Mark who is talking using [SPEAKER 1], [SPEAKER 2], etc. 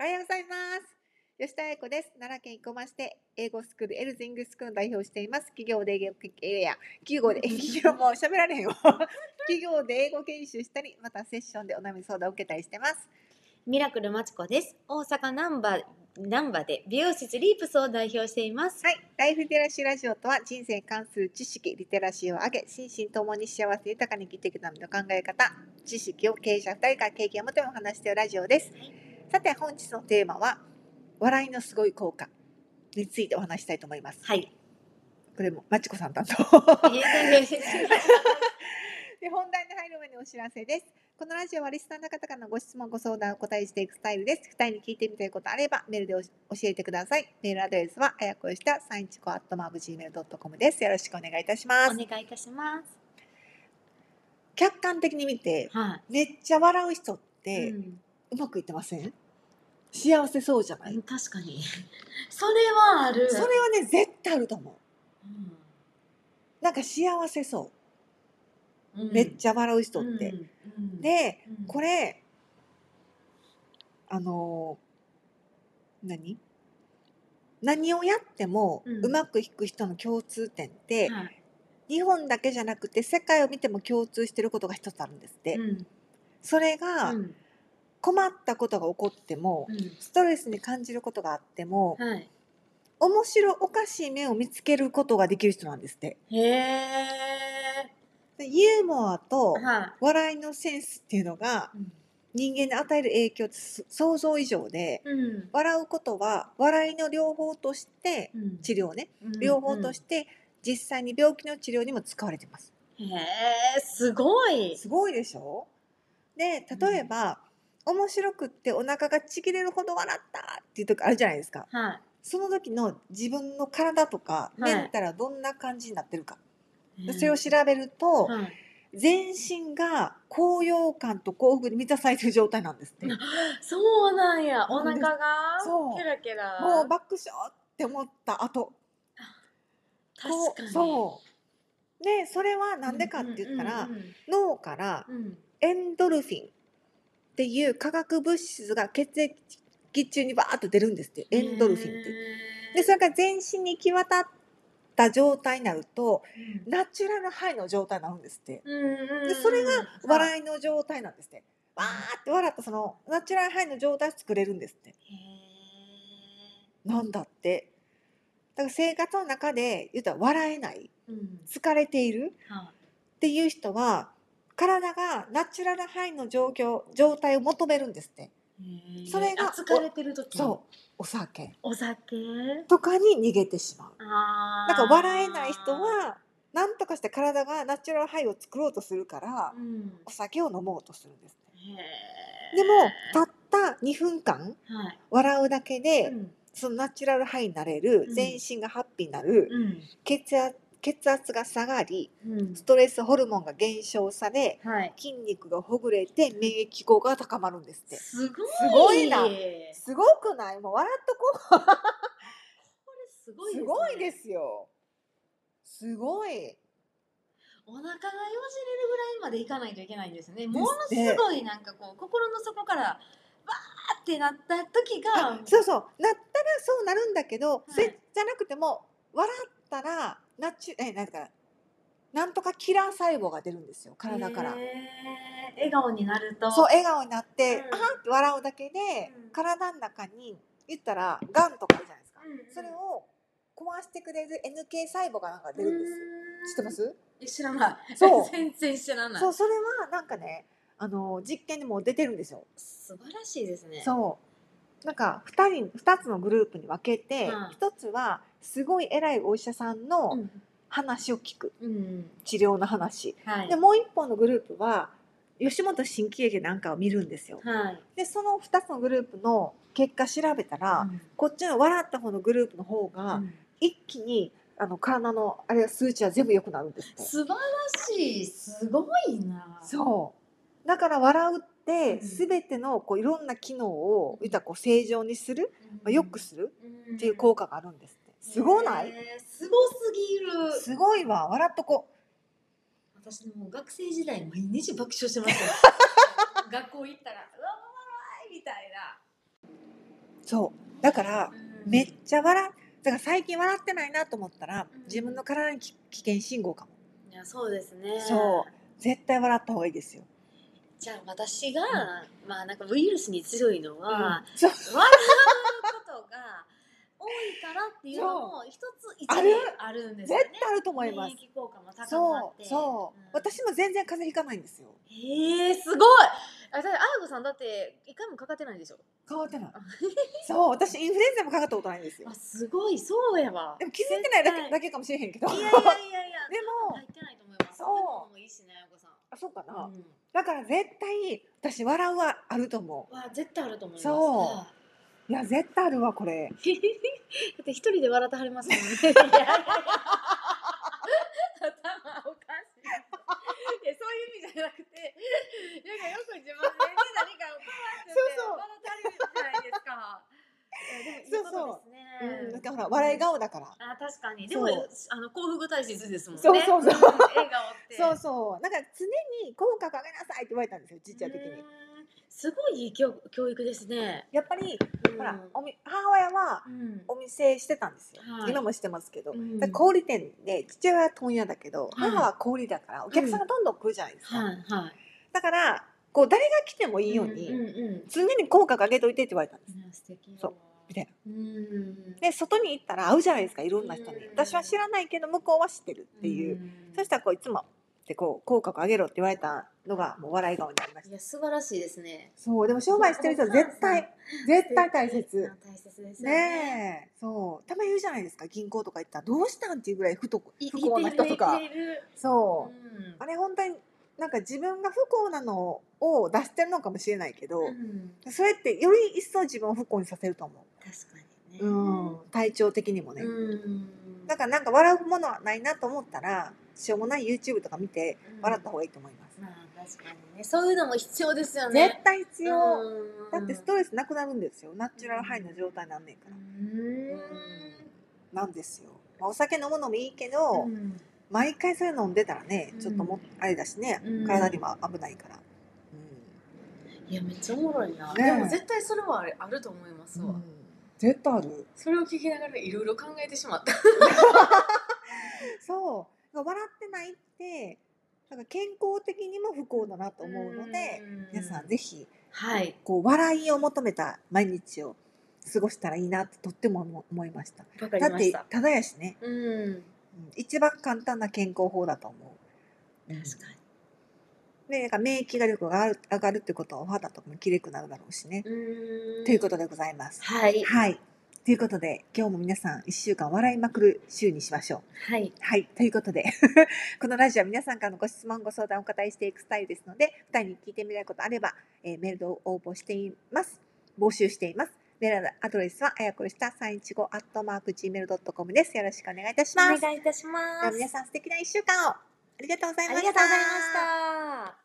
[SPEAKER 1] おはようございます。吉田彩子です。奈良県生駒市で英語スクールエルズイングスクールの代表をしています。企業で英語、えいや、企業で、企業もう喋られへんよ。 企業で英語研修したり、またセッションでお悩み相談を受けたりしてます。
[SPEAKER 2] ミラクルまちこです。大阪難波難波で美容室リープスを代表しています。
[SPEAKER 1] はい、ライフリテラシーラジオとは人生に関する知識、リテラシーを上げ、心身ともに幸せ豊かに生きていくための考え方、知識を経営者2人から経験をもとにお話しているラジオです。さて、本日のテーマは、笑いのすごい効果についてお話したいと思います。
[SPEAKER 2] はい。
[SPEAKER 1] これも、まちこさん担当。で本題に入る前にお知らせです。このラジオはリスナーの方からのご質問、ご相談をお答えしていくスタイルです。二人に聞いてみたいことあれば、メールでおし教えてください。メールアドレスは、あやこよした315アットマーク Gmail.com です。よろしくお願いいたしま
[SPEAKER 2] お
[SPEAKER 1] す。
[SPEAKER 2] 願いいたし ます。
[SPEAKER 1] 客観的に見て、
[SPEAKER 2] は
[SPEAKER 1] めっちゃ笑う人っ
[SPEAKER 2] い。
[SPEAKER 1] て、
[SPEAKER 2] うん
[SPEAKER 1] うまくいってません幸せそうじゃない、
[SPEAKER 2] 確かに。それはある。
[SPEAKER 1] それはね、絶対あると思
[SPEAKER 2] うん
[SPEAKER 1] う。なんか幸せそうう。
[SPEAKER 2] ん
[SPEAKER 1] めっちゃ笑う人って。。
[SPEAKER 2] うん、
[SPEAKER 1] で、
[SPEAKER 2] うん
[SPEAKER 1] これあのー何何をやっても
[SPEAKER 2] うん
[SPEAKER 1] うまくいく人の共通点って、
[SPEAKER 2] はい
[SPEAKER 1] 日本だけじゃなくて世界を見ても共通してることが一つあるんですって、
[SPEAKER 2] うん
[SPEAKER 1] それが
[SPEAKER 2] うん
[SPEAKER 1] 困ったことが起こっても、
[SPEAKER 2] うん
[SPEAKER 1] ストレスに感じることがあっても、
[SPEAKER 2] はい。
[SPEAKER 1] 面白おかしい面を見つけることができる人なんですって
[SPEAKER 2] へえ。
[SPEAKER 1] でユーモアと
[SPEAKER 2] は
[SPEAKER 1] 笑いのセンスっていうのが
[SPEAKER 2] い。
[SPEAKER 1] 人間に与える影響ってす想像以上で、
[SPEAKER 2] うん。
[SPEAKER 1] 笑うことは笑いの両方として
[SPEAKER 2] うん
[SPEAKER 1] 治療ね
[SPEAKER 2] うん
[SPEAKER 1] 両方として実際に病気の治療にも使われてます。
[SPEAKER 2] うんへえ、すごい。
[SPEAKER 1] すごいでしょで例えば、面白くってお腹がちぎれるほど笑ったっていう時あるじゃないですか
[SPEAKER 2] は
[SPEAKER 1] その時の自分の体とか
[SPEAKER 2] は
[SPEAKER 1] メ
[SPEAKER 2] い
[SPEAKER 1] ンタルはどんな感じになってるか、
[SPEAKER 2] い。
[SPEAKER 1] でそれを調べると、
[SPEAKER 2] はい。
[SPEAKER 1] 全身が高揚感と幸福に満たされてる状態なんですって、
[SPEAKER 2] なそうなんや。お腹が
[SPEAKER 1] そう
[SPEAKER 2] ケラケラ。
[SPEAKER 1] もう爆笑って思った後こ
[SPEAKER 2] 確
[SPEAKER 1] う
[SPEAKER 2] かに。
[SPEAKER 1] そうでそれは
[SPEAKER 2] な
[SPEAKER 1] なんでかって言ったら、
[SPEAKER 2] うん
[SPEAKER 1] 脳から
[SPEAKER 2] うんうん
[SPEAKER 1] エンドルフィンっていう化学物質が血液中にバーッと出るんですってエンドルフィンって。でそれが全身に行き渡った状態になるとナチュラルハイの状態になるんですって
[SPEAKER 2] うん
[SPEAKER 1] でそれが
[SPEAKER 2] い。
[SPEAKER 1] 笑いの状態なんですって。わーって笑ったそのナチュラルハイの状態を作れるんですって。
[SPEAKER 2] へ
[SPEAKER 1] なんだって。だから生活の中で言ったら笑えない
[SPEAKER 2] ーうん
[SPEAKER 1] 疲れている
[SPEAKER 2] は
[SPEAKER 1] っていう人は体がナチュラルハイの状況状態を求めるんですって
[SPEAKER 2] いへー
[SPEAKER 1] それが
[SPEAKER 2] あ疲れてる時
[SPEAKER 1] そうお酒
[SPEAKER 2] お酒
[SPEAKER 1] とかに逃げてしまう
[SPEAKER 2] あー
[SPEAKER 1] だから笑えない人は何とかして体がナチュラルハイを作ろうとするから
[SPEAKER 2] うん
[SPEAKER 1] お酒を飲もうとするんですって
[SPEAKER 2] へー
[SPEAKER 1] でもたった2分間
[SPEAKER 2] はい
[SPEAKER 1] 笑うだけで、
[SPEAKER 2] うん
[SPEAKER 1] そのナチュラルハイになれる
[SPEAKER 2] うん
[SPEAKER 1] 全身がハッピーになる、
[SPEAKER 2] うん
[SPEAKER 1] 血圧血圧が下がり
[SPEAKER 2] うん
[SPEAKER 1] ストレスホルモンが減少され
[SPEAKER 2] はい
[SPEAKER 1] 筋肉がほぐれて免疫機能が高まるんですって
[SPEAKER 2] すごい
[SPEAKER 1] すごいな
[SPEAKER 2] これ
[SPEAKER 1] すごくないもう笑っとこ
[SPEAKER 2] す
[SPEAKER 1] う
[SPEAKER 2] ごい
[SPEAKER 1] すごいです
[SPEAKER 2] ね
[SPEAKER 1] すよすごい
[SPEAKER 2] お腹がよじれるぐらいまでいかないといけないんですねものすごいなんかこう心の底からわーってなった時
[SPEAKER 1] あ
[SPEAKER 2] が
[SPEAKER 1] そうそうなったらそうなるんだけど、
[SPEAKER 2] い
[SPEAKER 1] それじゃなくても笑ったらナチュえなんかなんとかキラー細胞が出るんですよ体から
[SPEAKER 2] へー。笑顔になると
[SPEAKER 1] そう笑顔になって、
[SPEAKER 2] うん
[SPEAKER 1] あーって笑うだけで、
[SPEAKER 2] うん
[SPEAKER 1] 体の中に言ったらがんとかあるじゃないですか、
[SPEAKER 2] うんうん
[SPEAKER 1] それを壊してくれる NK 細胞がなんか出るんですよ知ってま
[SPEAKER 2] う
[SPEAKER 1] す
[SPEAKER 2] ーん知らない
[SPEAKER 1] そう
[SPEAKER 2] 全然知らない
[SPEAKER 1] そうそれはなんかねあの実験でもう出てるんですよ
[SPEAKER 2] 素晴らしいですね
[SPEAKER 1] そうなんか2人二つのグループに分けて、
[SPEAKER 2] うん
[SPEAKER 1] 一つはすごい偉いお医者さんの
[SPEAKER 2] ん
[SPEAKER 1] 話を聞く、
[SPEAKER 2] うん
[SPEAKER 1] 治療の話
[SPEAKER 2] はい
[SPEAKER 1] でもう一本のグループは吉本新喜劇なんかを見るんですよ
[SPEAKER 2] はい
[SPEAKER 1] でその2つのグループの結果調べたら、
[SPEAKER 2] うん
[SPEAKER 1] こっちの笑った方のグループの方が、
[SPEAKER 2] うん
[SPEAKER 1] 一気にあの体のあれは数値は全部良くなるんですって
[SPEAKER 2] 素晴らしいすごいな
[SPEAKER 1] そうだから笑うって
[SPEAKER 2] うん
[SPEAKER 1] 全てのこういろんな機能を言ったらこう正常にする、
[SPEAKER 2] うん
[SPEAKER 1] まあ、よくする
[SPEAKER 2] っ
[SPEAKER 1] っていう効果があるんですって。すごない、
[SPEAKER 2] すごすぎる
[SPEAKER 1] すごいわ、笑っとこ。
[SPEAKER 2] 私もう学生時代毎日 爆笑してましたよ学校行ったら「うわわわわい」みたいな
[SPEAKER 1] そうだから
[SPEAKER 2] うん
[SPEAKER 1] めっちゃ笑っだから最近笑ってないなと思ったら
[SPEAKER 2] うん
[SPEAKER 1] 自分の体にき危険信号かも
[SPEAKER 2] いやそうですね
[SPEAKER 1] そう絶対笑った方がいいですよ、
[SPEAKER 2] じゃあ私が、まあなんかウイルスに強いのは、
[SPEAKER 1] うんそう
[SPEAKER 2] 笑うことが多いからっていうのも一つ一
[SPEAKER 1] あ
[SPEAKER 2] 理
[SPEAKER 1] る
[SPEAKER 2] あるんです
[SPEAKER 1] 絶
[SPEAKER 2] よね。
[SPEAKER 1] 対あると思います
[SPEAKER 2] 免疫効果も高ま
[SPEAKER 1] そ
[SPEAKER 2] っ
[SPEAKER 1] う
[SPEAKER 2] て。
[SPEAKER 1] そう、
[SPEAKER 2] ん
[SPEAKER 1] 私も全然風邪ひかないんですよ
[SPEAKER 2] へえー、すごい。あ、だってあやこさんだって一回もかかってないでしょ。
[SPEAKER 1] 変わってないそう私インフルエンザもかかったことないんですよ
[SPEAKER 2] あ、すごいそうやわ。
[SPEAKER 1] でも気づいてないだけ
[SPEAKER 2] 絶
[SPEAKER 1] だけかもしれへんけど
[SPEAKER 2] 対いやいや
[SPEAKER 1] で
[SPEAKER 2] いやいや。
[SPEAKER 1] も
[SPEAKER 2] 入ってないと思います。
[SPEAKER 1] そう
[SPEAKER 2] でもいいしねあやこさん。
[SPEAKER 1] あそうかな、
[SPEAKER 2] うん。
[SPEAKER 1] だから絶対私笑うはあると思
[SPEAKER 2] わ絶対あると思います。
[SPEAKER 1] そう
[SPEAKER 2] はいう
[SPEAKER 1] いや絶対あるわこれ
[SPEAKER 2] だって一人で笑ってはりますも んね。いやいやいや頭おかしい。いやそういう意味じゃなくて、なんかよく自分で何かをパーってやって
[SPEAKER 1] そうそう
[SPEAKER 2] 笑ってはるじゃないですか。いやでもいいこと
[SPEAKER 1] うん、
[SPEAKER 2] です
[SPEAKER 1] だ
[SPEAKER 2] ね。
[SPEAKER 1] からほら笑い顔だから、
[SPEAKER 2] あ確かに。でも
[SPEAKER 1] そう
[SPEAKER 2] あの幸福大使図ですもんね。
[SPEAKER 1] そうそうそうん
[SPEAKER 2] 笑顔って。
[SPEAKER 1] そうそうなんか常に口角上げなさいって言われたんですよちっちゃい時
[SPEAKER 2] うー
[SPEAKER 1] に
[SPEAKER 2] ん。すごいいい教教育ですね。
[SPEAKER 1] やっぱり
[SPEAKER 2] うん
[SPEAKER 1] ほら、おみ母親は
[SPEAKER 2] うん
[SPEAKER 1] お店してたんですよ、
[SPEAKER 2] はい
[SPEAKER 1] 今もしてますけど、
[SPEAKER 2] うん
[SPEAKER 1] だから小売店で父親は問屋だけど、
[SPEAKER 2] はい
[SPEAKER 1] 母は小売だからお客さんがどんどん来るじゃないですか、
[SPEAKER 2] はいはい。
[SPEAKER 1] だからこう誰が来てもいいように、
[SPEAKER 2] んうんうん
[SPEAKER 1] 常に口角上げといてって言われたんです
[SPEAKER 2] いや素敵よ
[SPEAKER 1] そうみたいな
[SPEAKER 2] うん
[SPEAKER 1] で外に行ったら会うじゃないですかいろんな人に、
[SPEAKER 2] うん
[SPEAKER 1] 私は知らないけど向こうは知ってるっていう、そしたらこういつもでこう口角上げろって言われたのがもう笑い顔になりました
[SPEAKER 2] いや素晴らしいですね
[SPEAKER 1] そうでも商売してる人は絶対絶対大切
[SPEAKER 2] あ大切ですよね
[SPEAKER 1] ねえそうたまに言うじゃないですか銀行とか行ったらどうしたんっていうぐらい不と
[SPEAKER 2] い
[SPEAKER 1] 不幸な人とか
[SPEAKER 2] いてるいてる
[SPEAKER 1] そううんあれ本当になんか自分が不幸なのを出してるのかもしれないけど、
[SPEAKER 2] うん
[SPEAKER 1] それってより一層自分を不幸にさせると思
[SPEAKER 2] 確かにね
[SPEAKER 1] う、うん、体調的にもね、
[SPEAKER 2] うん
[SPEAKER 1] だからなんか笑うものはないなと思ったらしょうもない YouTube とか見て
[SPEAKER 2] うん
[SPEAKER 1] 笑った方がいいと思います、
[SPEAKER 2] まあ確かにねそういうのも必要ですよね
[SPEAKER 1] 絶対必要、
[SPEAKER 2] うん
[SPEAKER 1] だってストレスなくなるんですよナチュラルハイの状態なんねんか
[SPEAKER 2] う
[SPEAKER 1] ら、な
[SPEAKER 2] ん
[SPEAKER 1] んですよ、まあ、お酒飲むのもいいけど、
[SPEAKER 2] うん
[SPEAKER 1] 毎回それ飲んでたらね
[SPEAKER 2] うん
[SPEAKER 1] ちょっとも、あれだしね、
[SPEAKER 2] うん
[SPEAKER 1] 体にも危ないから、
[SPEAKER 2] いやめっちゃおもろいな
[SPEAKER 1] ねえ
[SPEAKER 2] でも絶対それはあれあると思います
[SPEAKER 1] うん
[SPEAKER 2] わ
[SPEAKER 1] 絶対ある
[SPEAKER 2] それを聞きながらいろいろ考えてしまった
[SPEAKER 1] そう笑ってないってなんか健康的にも不幸だなと思うので、
[SPEAKER 2] うん
[SPEAKER 1] 皆さんぜひ
[SPEAKER 2] はい
[SPEAKER 1] こう笑いを求めた毎日を過ごしたらいいなってとっても思思いました
[SPEAKER 2] わかり
[SPEAKER 1] だっ
[SPEAKER 2] ま
[SPEAKER 1] て
[SPEAKER 2] した
[SPEAKER 1] ただやしね、
[SPEAKER 2] うん
[SPEAKER 1] うん一番簡単な健康法だと思う、うん
[SPEAKER 2] 確か
[SPEAKER 1] でなんか免疫力が上がる上がるってことはお肌とかもきれくなるだろうしね、
[SPEAKER 2] にうん
[SPEAKER 1] ということでございます
[SPEAKER 2] はい
[SPEAKER 1] はい。ということで、今日も皆さん1週間笑いまくる週にしましょう。
[SPEAKER 2] はい
[SPEAKER 1] はい。ということで、 このラジオは皆さんからのご質問、ご相談をお答えしていくスタイルですので、2人に聞いてみたいことあれば、えーメールを応募しています。募集しています。メールアドレスは、あやこよした315アットマーク Gmail.com です。よろしくお願いいたします。
[SPEAKER 2] お願いいたしま
[SPEAKER 1] では
[SPEAKER 2] す
[SPEAKER 1] 皆さん素敵な1週間をありがとうござい
[SPEAKER 2] あ
[SPEAKER 1] ま
[SPEAKER 2] り
[SPEAKER 1] した。
[SPEAKER 2] がとうございました